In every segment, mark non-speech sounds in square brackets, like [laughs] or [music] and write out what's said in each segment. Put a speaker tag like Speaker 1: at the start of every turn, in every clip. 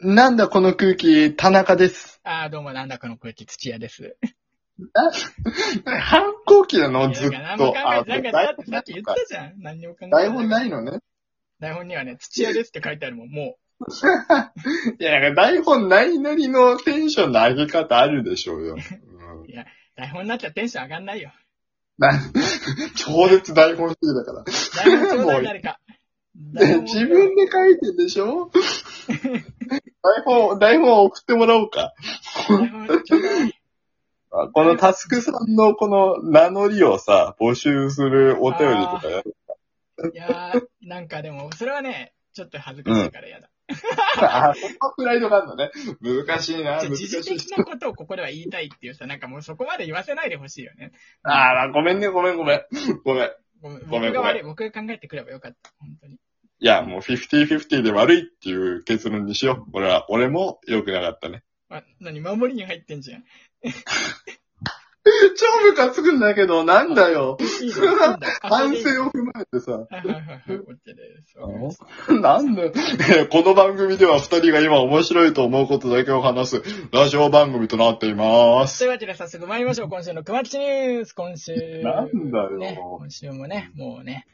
Speaker 1: なんだこの空気、田中です。
Speaker 2: あーどうも、なんだこの空気、土屋です。
Speaker 1: 反抗期なのずっ
Speaker 2: いやなんか
Speaker 1: と。
Speaker 2: なんかなんかだってだって言っ
Speaker 1: 台本
Speaker 2: たじゃん。何にも考え。
Speaker 1: 台本ないいのね。
Speaker 2: 台本にはね、土屋ですって書いてあるもん、も
Speaker 1: いや、なんか台本ないなりのテンションの上げ方あるでしょうよ。うん
Speaker 2: う。いや、台本になっちゃテンション上がんないよ。
Speaker 1: な超絶台本主義だから。
Speaker 2: 台本ちょうだい、誰
Speaker 1: [laughs]
Speaker 2: か。台本
Speaker 1: 自分で書いてんでしょ台本、台本送ってもらおうか。
Speaker 2: 台本ちょうだい
Speaker 1: あこのタスクさんのこの名乗りをさ、募集するお便りとかや [laughs] る。
Speaker 2: いやー、なんかでも、それはね、ちょっと恥ずかしいから嫌だ。
Speaker 1: あ、そこはプライドがあるのね。難しいな、
Speaker 2: ちょ
Speaker 1: 難し
Speaker 2: 自主
Speaker 1: い。
Speaker 2: 的なことをここでは言いたいっていうさ、なんかもうそこまで言わせないでほしいよね。
Speaker 1: あら、ごめんね、ごめん、ごめん。ごめん。
Speaker 2: ごめん
Speaker 1: ごめん
Speaker 2: 僕が悪い、僕が考えてくればよかった、本当に。
Speaker 1: いや、もう50-50で悪いっていう結論にしよう。俺は、俺も良くなかったね。
Speaker 2: あ、何、守りに入ってんじゃん。い
Speaker 1: [laughs] 超ムカつくんだけど、なんだよ。
Speaker 2: いのいいんだ。
Speaker 1: 反省を踏まえてさ。
Speaker 2: はいはいはいはい、OK です。わかりました
Speaker 1: なんだよ。 [laughs] この番組では二人が今面白いと思うことだけを話すラジオ番組となっています。
Speaker 2: というわけで早速参りましょう。今週の熊吉ニュース。今週。
Speaker 1: なんだよ [laughs]
Speaker 2: ね、今週もね、もうね、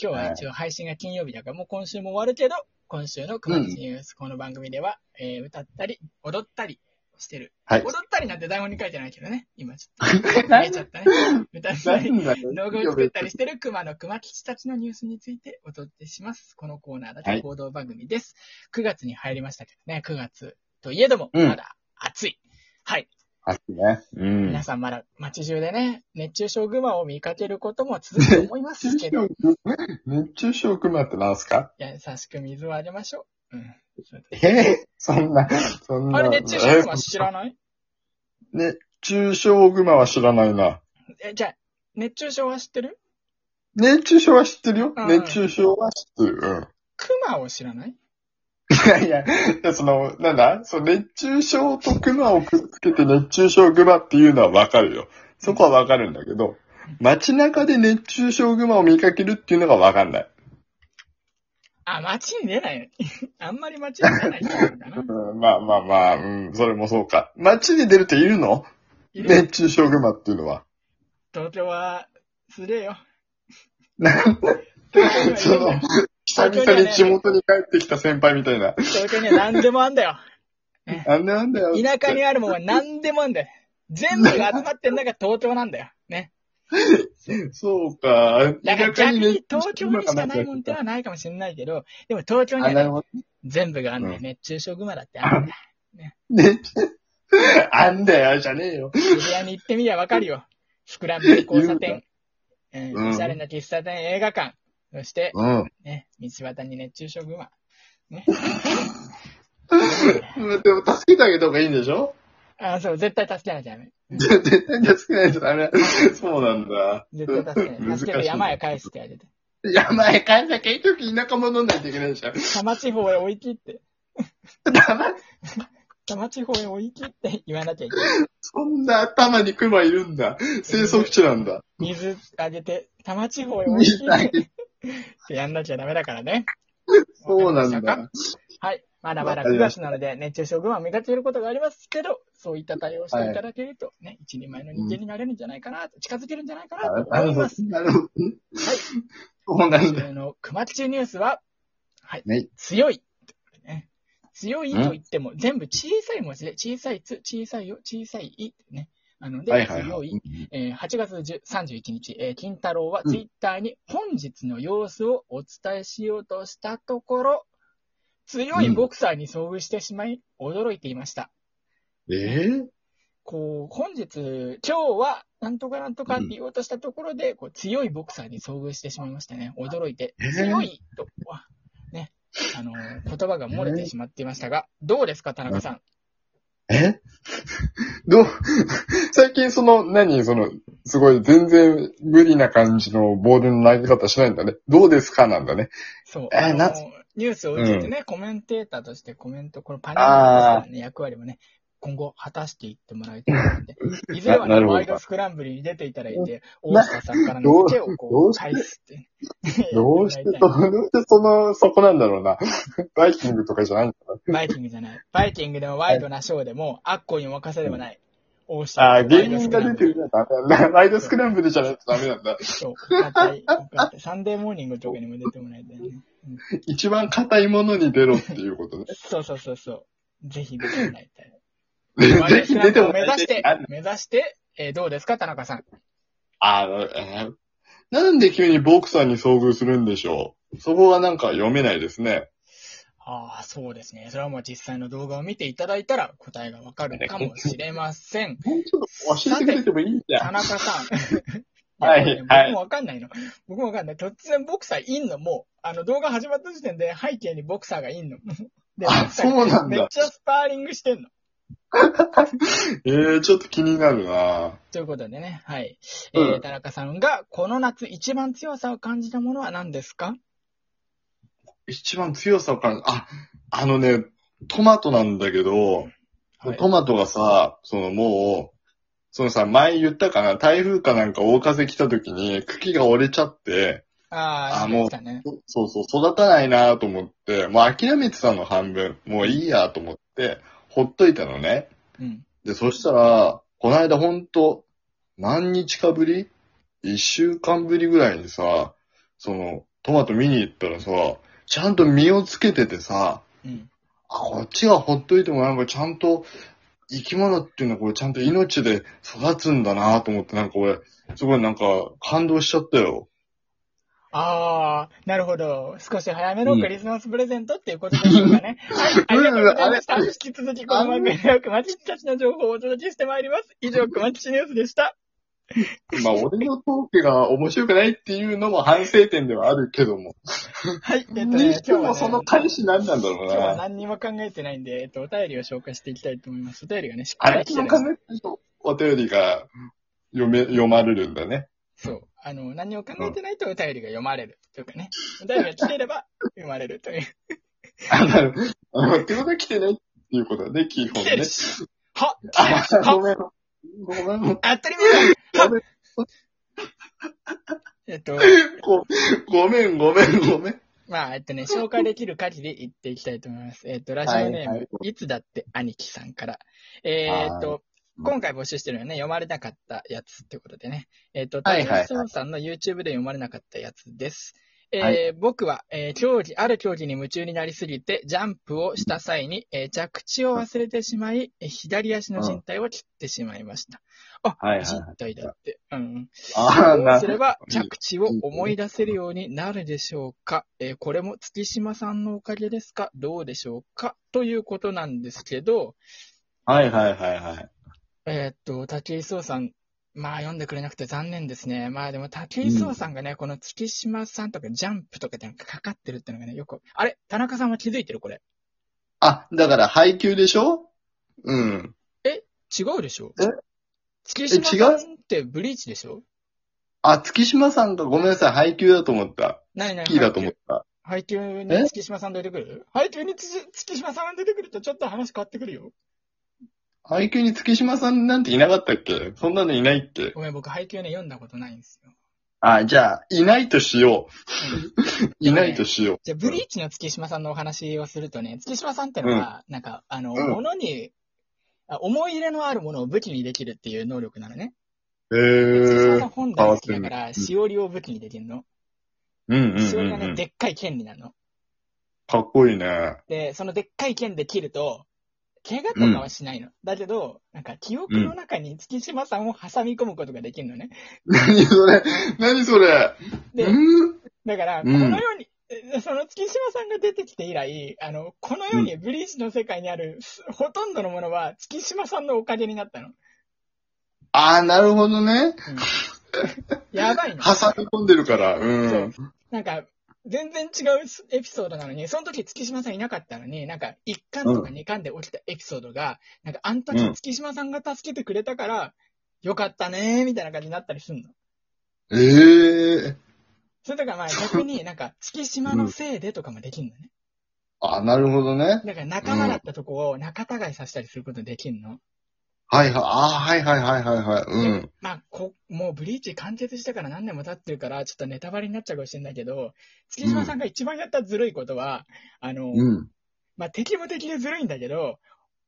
Speaker 2: 今日は一応配信が金曜日だから、もう今週も終わるけど、今週の熊吉ニュース、この番組では、えー歌ったり、踊ったりしてる。
Speaker 1: はい
Speaker 2: 踊ったりなんて台本に書いてないけどね、今ちょっと。見 [laughs] えちゃ
Speaker 1: [laughs]
Speaker 2: ったね。歌ったり、
Speaker 1: だよ
Speaker 2: 動画を作ったりしてる熊の熊吉たちのニュースについてお届けします。このコーナー
Speaker 1: は
Speaker 2: だけ
Speaker 1: い
Speaker 2: 報道番組です。9月に入りましたけどね、9月といえども、
Speaker 1: うん
Speaker 2: まだ暑い。はい。
Speaker 1: 暑いね。うん。
Speaker 2: 皆さんまだ街中でね、熱中症熊を見かけることも続くと思いますけど、
Speaker 1: [laughs]
Speaker 2: い
Speaker 1: 熱中症くなってなんすか
Speaker 2: や優しく水をあげましょう。うん。そうだ
Speaker 1: ええ [laughs] そんな、そんな。
Speaker 2: あれ熱中症熊知らない
Speaker 1: 熱中症グマは知らないな。
Speaker 2: え、じゃあ、熱中症は知ってる
Speaker 1: 熱中症は知ってるよ。
Speaker 2: うん
Speaker 1: 熱中症は知ってる。うん。
Speaker 2: 熊を知らない
Speaker 1: い [laughs] やいや、いやその、なんだその熱中症とクマをくっつけて熱中症グマっていうのはわかるよ。そこはわかるんだけど、街中で熱中症グマを見かけるっていうのがわかんない。
Speaker 2: あ、街に出ない。 [laughs] あんまり街に出ない人なのかな。
Speaker 1: うん、まあまあまあ、うん、それもそうか。街に出るっているの
Speaker 2: いる
Speaker 1: 熱中症グマっていうのは。
Speaker 2: 東京は、すげえよ。
Speaker 1: なんそ
Speaker 2: 東京にはいる
Speaker 1: の
Speaker 2: んだよ、
Speaker 1: 久々に地元に帰ってきた先輩みたいな。
Speaker 2: 東京には何でもあんだよ。
Speaker 1: なんでなんだよ。
Speaker 2: 田舎にあるもんは何でもあんだよ。全部が集まってるのが東京なんだよ。ね。
Speaker 1: そうか。
Speaker 2: だから
Speaker 1: 田舎
Speaker 2: 逆に
Speaker 1: 熱中
Speaker 2: 東
Speaker 1: 症
Speaker 2: 京
Speaker 1: グマ
Speaker 2: にし
Speaker 1: が
Speaker 2: か
Speaker 1: ん
Speaker 2: な
Speaker 1: か
Speaker 2: いもんってのはないかもしれないけど、でも東京に
Speaker 1: あ、
Speaker 2: は
Speaker 1: な
Speaker 2: ね
Speaker 1: るほど。
Speaker 2: 全部があんだよ。
Speaker 1: う
Speaker 2: 熱中症グマだってあんだよ。
Speaker 1: ね。あんだよ、じゃねえよ。
Speaker 2: 渋谷に行ってみりゃわかるよ。スクランブル交差点、
Speaker 1: う
Speaker 2: う
Speaker 1: ん
Speaker 2: ん、おしゃれな喫茶店、映画館、そして、
Speaker 1: うん。
Speaker 2: ね、道端に熱中症グマ。
Speaker 1: でも、助けてあげた方がいいんでしょ
Speaker 2: あ、そう、絶対助けなきゃダメ。
Speaker 1: 絶対に助けないとダメ。そうなんだ。
Speaker 2: 絶対助けな
Speaker 1: 難しい
Speaker 2: い。助けて山へ返してあげて。
Speaker 1: いや、前、会社結局田舎戻んないといけないじゃん。
Speaker 2: 多摩地方へ追い切って。
Speaker 1: 黙って
Speaker 2: 多摩地方へ追い切って言わなきゃいけない。
Speaker 1: そんな頭にクマいるんだ。生息地なんだ。
Speaker 2: 水あげて、多摩地方へ追い切
Speaker 1: 見ない
Speaker 2: ってってやんなきゃダメだからね。
Speaker 1: そうなん
Speaker 2: わかりま
Speaker 1: だ。
Speaker 2: したか。はい。まだま
Speaker 1: わ
Speaker 2: だ
Speaker 1: か
Speaker 2: 9
Speaker 1: りまし
Speaker 2: 月なので、熱中症群は見かけることがありますけど、そういった対応をしていただけると、ね、一人前の人間になれるんじゃないかなと、近づけるんじゃないかなと
Speaker 1: なる
Speaker 2: 思い
Speaker 1: ほど
Speaker 2: ます。。
Speaker 1: なるほど。そうなん
Speaker 2: 今
Speaker 1: だ。
Speaker 2: 週の熊吉ニュースは、はい。
Speaker 1: ね
Speaker 2: 強い。ね強いと言っても、全部小さい文字で、小さいつ、小さいよ、小さいい、ね。なので、
Speaker 1: はいはい
Speaker 2: 強
Speaker 1: はいい。
Speaker 2: えー8月10 31日、えー金太郎はツイッターに本日の様子をお伝えしようとしたところ、強いボクサーに遭遇してしまい、驚いていました。
Speaker 1: えー
Speaker 2: こう、本日、今日は、なんとかなんとかって言おうとしたところで、こう強いボクサーに遭遇してしまいましたね。驚いて
Speaker 1: えー、
Speaker 2: 強いとは、ね、あのー、言葉が漏れてしまっていましたが、どうですか、田中さん。
Speaker 1: え [laughs] どう、 [laughs] 最近その、何その、すごい全然無理な感じのボールの投げ方しないんだね。どうですかなんだね。
Speaker 2: そう。
Speaker 1: えー
Speaker 2: あの
Speaker 1: な
Speaker 2: ニュースを受けてね、コメンテーターとしてコメント、このパネルの、ね、役割もね、今後果たしていってもらいたいな
Speaker 1: [laughs]
Speaker 2: って。いずれは
Speaker 1: な
Speaker 2: ね、
Speaker 1: るほど
Speaker 2: ワイドスクランブルに出ていただいて、大下さんからの受けをこ
Speaker 1: ど
Speaker 2: う、
Speaker 1: う
Speaker 2: 返すって。
Speaker 1: どうし、
Speaker 2: やってて
Speaker 1: ど
Speaker 2: もらいた
Speaker 1: うしてその、そこなんだろうな。バイキングとかじゃないのか
Speaker 2: い [laughs] バイキングじゃない。バイキングでもワイドなショーでも、アッコにお任せでもない。大下
Speaker 1: な。あ
Speaker 2: さ
Speaker 1: あ、
Speaker 2: んのワ
Speaker 1: 芸
Speaker 2: イドス
Speaker 1: 人
Speaker 2: ク
Speaker 1: が
Speaker 2: ラン
Speaker 1: 出
Speaker 2: ブ
Speaker 1: て
Speaker 2: ル
Speaker 1: る。じゃダメなんだ。ワイドスクランブルじゃないとダメなんだ。
Speaker 2: そう。硬い。硬いサンデーモーニングとかにも出てもらいたいね。
Speaker 1: 一番硬いものに出ろっていうことね。 [laughs]
Speaker 2: そうそうそうそう。ぜひ出てもらいたい。
Speaker 1: ぜひ出ても
Speaker 2: 目
Speaker 1: ら
Speaker 2: 指
Speaker 1: い
Speaker 2: した
Speaker 1: い
Speaker 2: て、目指して、えーどうですか、田中さん。
Speaker 1: あの、えーなんで急にボクサーに遭遇するんでしょうそこがなんか読めないですね。
Speaker 2: ああ、そうですね。それはもう実際の動画を見ていただいたら答えがわかるかもしれませ
Speaker 1: [laughs]
Speaker 2: ん。
Speaker 1: もうちょっと教えてくれてもいいじゃ
Speaker 2: 田
Speaker 1: ん。
Speaker 2: 中さ
Speaker 1: [laughs]
Speaker 2: ん。
Speaker 1: はい
Speaker 2: や
Speaker 1: はい
Speaker 2: 僕もわかんないの。僕もわかんない。突然ボクサーいんのもう、あの動画始まった時点で背景にボクサーがい
Speaker 1: [laughs]
Speaker 2: んの。で
Speaker 1: あ
Speaker 2: ボクサーが
Speaker 1: そうなんだ
Speaker 2: めっちゃスパーリングしてんの。
Speaker 1: えー、ちょっと気になるな
Speaker 2: ということでね、はい。え
Speaker 1: うん
Speaker 2: ー、田中さんが、この夏一番強さを感じたものは何ですか
Speaker 1: 一番強さを感じ、あ、あのね、トマトなんだけど、
Speaker 2: はい
Speaker 1: トマトがさ、そのもう、そのさ、前言ったかな、台風かなんか大風来た時に茎が折れちゃって、
Speaker 2: ああ、
Speaker 1: あ
Speaker 2: なんか言ってたね。
Speaker 1: そうそう、育たないなと思って、もう諦めてたの半分。もういいやと思って、ほっといたのね。
Speaker 2: うん。
Speaker 1: で、そしたら、この間ほんと、何日かぶり一週間ぶりぐらいにさ、その、トマト見に行ったらさ、ちゃんと実をつけててさ、
Speaker 2: うん。
Speaker 1: あ、こっちがほっといてもなんかちゃんと、生き物っていうのはこれちゃんと命で育つんだなと思って、なんか俺、すごいなんか感動しちゃったよ。
Speaker 2: ああ、なるほど。少し早めのクリスマスプレゼントっていうことでしょうか
Speaker 1: [laughs]
Speaker 2: ね。はい、ありがとうございました。
Speaker 1: うん
Speaker 2: 引き続きこの番組では熊吉たちの情報をお届けしてまいります。以上、熊吉ニュースでした。
Speaker 1: まあ俺のトークが面白くないっていうのも反省点ではあるけども。
Speaker 2: はい、えっとね、
Speaker 1: にして
Speaker 2: 今日は
Speaker 1: も
Speaker 2: ね
Speaker 1: その彼氏何なんだろう
Speaker 2: 今日は
Speaker 1: な。
Speaker 2: 何にも考えてないんで、えっと、お便りを紹介していきたいと思います。お便りがね、しっ
Speaker 1: あ
Speaker 2: か
Speaker 1: れ
Speaker 2: り来て
Speaker 1: の
Speaker 2: る
Speaker 1: 考えるとお便りが読め、読まれるんだね。
Speaker 2: そう。あの、何を考えてないとお便りが読まれる。というかね。お便りが来てれば読まれるという。
Speaker 1: あ、なるほど。ってことは来てないっていうことだね、基本
Speaker 2: 来て
Speaker 1: ね
Speaker 2: る。し。 [laughs] は
Speaker 1: あ、
Speaker 2: は
Speaker 1: ごめん。ごめん。
Speaker 2: 当たり前だ
Speaker 1: ごめん
Speaker 2: はえっと、
Speaker 1: ごごめん、ごめん、ごめん。
Speaker 2: まあ、えっとね、紹介できる限り言っていきたいと思い
Speaker 1: [laughs]
Speaker 2: ます。えっと、ラジオネーム、
Speaker 1: はい
Speaker 2: い
Speaker 1: はい
Speaker 2: つだって兄貴さんから。えーっと、今回募集してるのはね、読まれなかったやつってことでね。えっと、
Speaker 1: はい
Speaker 2: 田
Speaker 1: はいはい
Speaker 2: 中壮さんの YouTube で読まれなかったやつです。えー
Speaker 1: は
Speaker 2: 僕は、えー競技、ある競技に夢中になりすぎて、ジャンプをした際に、えー着地を忘れてしまい、えー左足の靭帯を切ってしまいました。あ、
Speaker 1: はいはいはい
Speaker 2: 靭帯だって。うん。
Speaker 1: あー
Speaker 2: どう
Speaker 1: な
Speaker 2: すれば着地を思い出せるようになるでしょうか、えーこれも月島さんのおかげですかどうでしょうかということなんですけど、
Speaker 1: はいはいはいはい。
Speaker 2: えーっと、竹井壮さん、まあ読んでくれなくて残念ですね。まあでも竹井壮さんがね、この月島さんとかジャンプとかでなんかかかってるってのがね、よく、あれ田中さんは気づいてるこれ。
Speaker 1: あ、だから配給でしょうん。
Speaker 2: 違うでしょ
Speaker 1: え
Speaker 2: 月島さんってブリーチでしょ
Speaker 1: あ、月島さんがごめんなさい、配給だと思った。
Speaker 2: 何何
Speaker 1: キーだと思った。
Speaker 2: 配給に
Speaker 1: え
Speaker 2: 月島さん出てくる配給につ月島さんが出てくるとちょっと話変わってくるよ。
Speaker 1: 配給に月島さんなんていなかったっけそんなのいないっけ
Speaker 2: ごめん、僕、配給ね、読んだことないん
Speaker 1: [laughs]
Speaker 2: ですよ。
Speaker 1: あ、じゃあ、いないとしよう。
Speaker 2: うん
Speaker 1: いないとしよう。
Speaker 2: じゃあ、ブリーチの月島さんのお話をするとね、月島さんってのは、なんか、あの、
Speaker 1: うん
Speaker 2: 物に、あ思い入れのあるものを武器にできるっていう能力なのね。
Speaker 1: へ
Speaker 2: で月島
Speaker 1: え
Speaker 2: さ
Speaker 1: ー。
Speaker 2: ん本大好きだから、
Speaker 1: ん
Speaker 2: しおりを武器にできるの。
Speaker 1: うんうん
Speaker 2: しお
Speaker 1: う
Speaker 2: りが
Speaker 1: ん、う
Speaker 2: ね、
Speaker 1: ん。
Speaker 2: でっかい剣になるの。
Speaker 1: かっこいいね。
Speaker 2: で、そのでっかい剣で切ると、怪我とかはしないの。だけど、なんか、記憶の中に月島さんを挟み込むことができるのね。
Speaker 1: 何それ何それ
Speaker 2: で、
Speaker 1: うん
Speaker 2: だから、こ
Speaker 1: うん
Speaker 2: の世に、えその月島さんが出てきて以来、あの、この世にブリーチの世界にある、すほとんどのものは月島さんのおかげになったの。
Speaker 1: ああ、なるほどね。
Speaker 2: やばいな。
Speaker 1: 挟み込んでるから。うん。
Speaker 2: なんか、全然違うすエピソードなのに、その時月島さんいなかったのに、なんか1巻とか2巻で起きたエピソードが、なんかあの時月島さんが助けてくれたから、よかったねー、みたいな感じになったりすんの。
Speaker 1: ええ
Speaker 2: それとかまあ逆になんか月島のせいでとかもできるのね。
Speaker 1: あ、なるほどね。
Speaker 2: だから仲間だったとこを仲違いさせたりすることできんの。
Speaker 1: はいはい、あはいはいはいはいはい。うん。
Speaker 2: まあ、こ、もうブリーチ完結してから何年も経ってるから、ちょっとネタバレになっちゃうかもしれないけど、月島さんが一番やったずるいことは、あの、
Speaker 1: うん。
Speaker 2: まあ、敵も敵でずるいんだけど、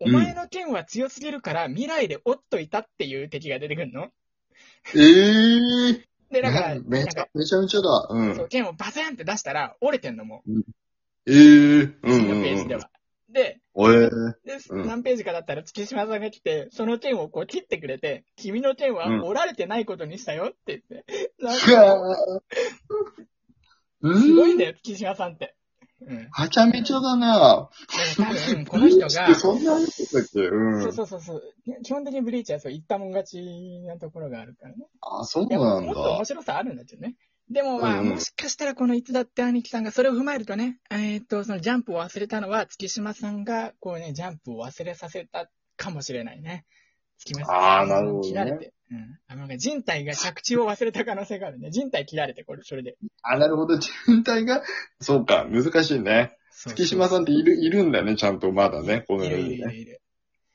Speaker 1: う
Speaker 2: お
Speaker 1: ん
Speaker 2: 前の剣は強すぎるから未来で折っといたっていう敵が出てくるの
Speaker 1: ええ
Speaker 2: で、だから、
Speaker 1: ー。め
Speaker 2: なん
Speaker 1: ちゃ
Speaker 2: か、
Speaker 1: めちゃめちゃだ。う。
Speaker 2: そうん剣をバセンって出したら折れてんのも
Speaker 1: ええー。
Speaker 2: う、
Speaker 1: うん
Speaker 2: 次
Speaker 1: う
Speaker 2: の
Speaker 1: ん
Speaker 2: ページでは。で、
Speaker 1: うん。ええ [laughs]
Speaker 2: で、
Speaker 1: うん
Speaker 2: 何ページかだったら月島さんが来て、その剣をこう切ってくれて、君の剣は
Speaker 1: うん
Speaker 2: 折られてないことにしたよって言って。
Speaker 1: [laughs]
Speaker 2: なん
Speaker 1: ー。
Speaker 2: か、
Speaker 1: うん。
Speaker 2: すごいんだよ、月島さんって。うん。
Speaker 1: はちゃめちゃだな
Speaker 2: でも多分、この人
Speaker 1: ブリーチっ
Speaker 2: が
Speaker 1: て、そんなに言ってたっけうん。
Speaker 2: そうそうそうそう。基本的にブリーチはそう言ったもん勝ちなところがあるからね。
Speaker 1: あ、そう
Speaker 2: いやも
Speaker 1: な
Speaker 2: っ
Speaker 1: ん
Speaker 2: と面
Speaker 1: だ。
Speaker 2: 白さあるんだけどね。でもまあ、
Speaker 1: うんうん
Speaker 2: もしかしたらこのいつだって兄貴さんがそれを踏まえるとね、えーっと、そのジャンプを忘れたのは月島さんがこうね、ジャンプを忘れさせたかもしれないね。月島さん。
Speaker 1: あーなるほどね
Speaker 2: 切られて。うん。あの、人体が着地を忘れた可能性があるね。人体切られて、これ、それで。
Speaker 1: あ、なるほど。人体が、そうか、難しいね。月島さんっている、いるんだね、ちゃんとまだね、この
Speaker 2: い
Speaker 1: 世
Speaker 2: るい
Speaker 1: に
Speaker 2: るい
Speaker 1: ね。
Speaker 2: るいる。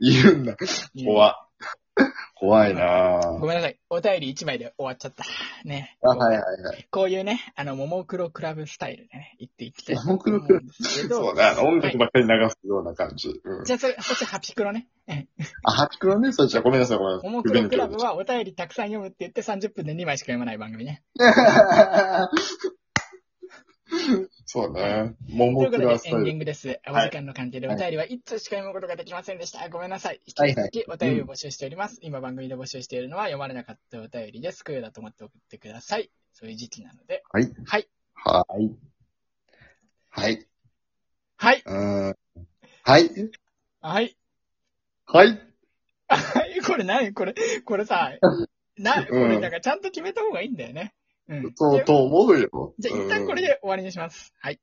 Speaker 1: いるんだ。
Speaker 2: いる
Speaker 1: 怖っ怖いなぁ。
Speaker 2: ごめんなさい。お便り1枚で終わっちゃった。ね。
Speaker 1: あ、はいはいはい。
Speaker 2: こういうね、あの、ももクロクラブスタイルでね、言っていきたい。
Speaker 1: ももクロクラ
Speaker 2: ブですけど。
Speaker 1: [laughs] そうだ、音
Speaker 2: はい
Speaker 1: 楽ばっかり流すような感じ。うん
Speaker 2: じゃあ、それ、そっちハピクロね。
Speaker 1: あ、ハチクロね、そっちはごめんなさい、ごめんなさ
Speaker 2: お
Speaker 1: い。
Speaker 2: もクロクラブはお便りたくさん読むって言って30分で2枚しか読まない番組ね。
Speaker 1: そうね。も
Speaker 2: とい
Speaker 1: も
Speaker 2: うこ
Speaker 1: ク
Speaker 2: とでエ
Speaker 1: ラスタ
Speaker 2: ンディ
Speaker 1: イル。
Speaker 2: ングです。お
Speaker 1: はい
Speaker 2: 時間の関係でお便りは1通しか読むことができませんでした。ごめんなさい。引
Speaker 1: はい
Speaker 2: き続きお便りを募集しております。今番組で募集しているのは読まれなかったお便りです。クーだと思って送ってください。そういう時期なので。
Speaker 1: はい。
Speaker 2: はい。
Speaker 1: はい。はい。
Speaker 2: はい。
Speaker 1: うーん。はい。
Speaker 2: はい。
Speaker 1: はい。
Speaker 2: はい。 [laughs] これ何これ、こ
Speaker 1: [laughs]
Speaker 2: れさ、な、これだからちゃんと決めた方がいいんだよね。うん。
Speaker 1: そう、と思うよ。
Speaker 2: じゃあ一旦これで終わりにします。はい。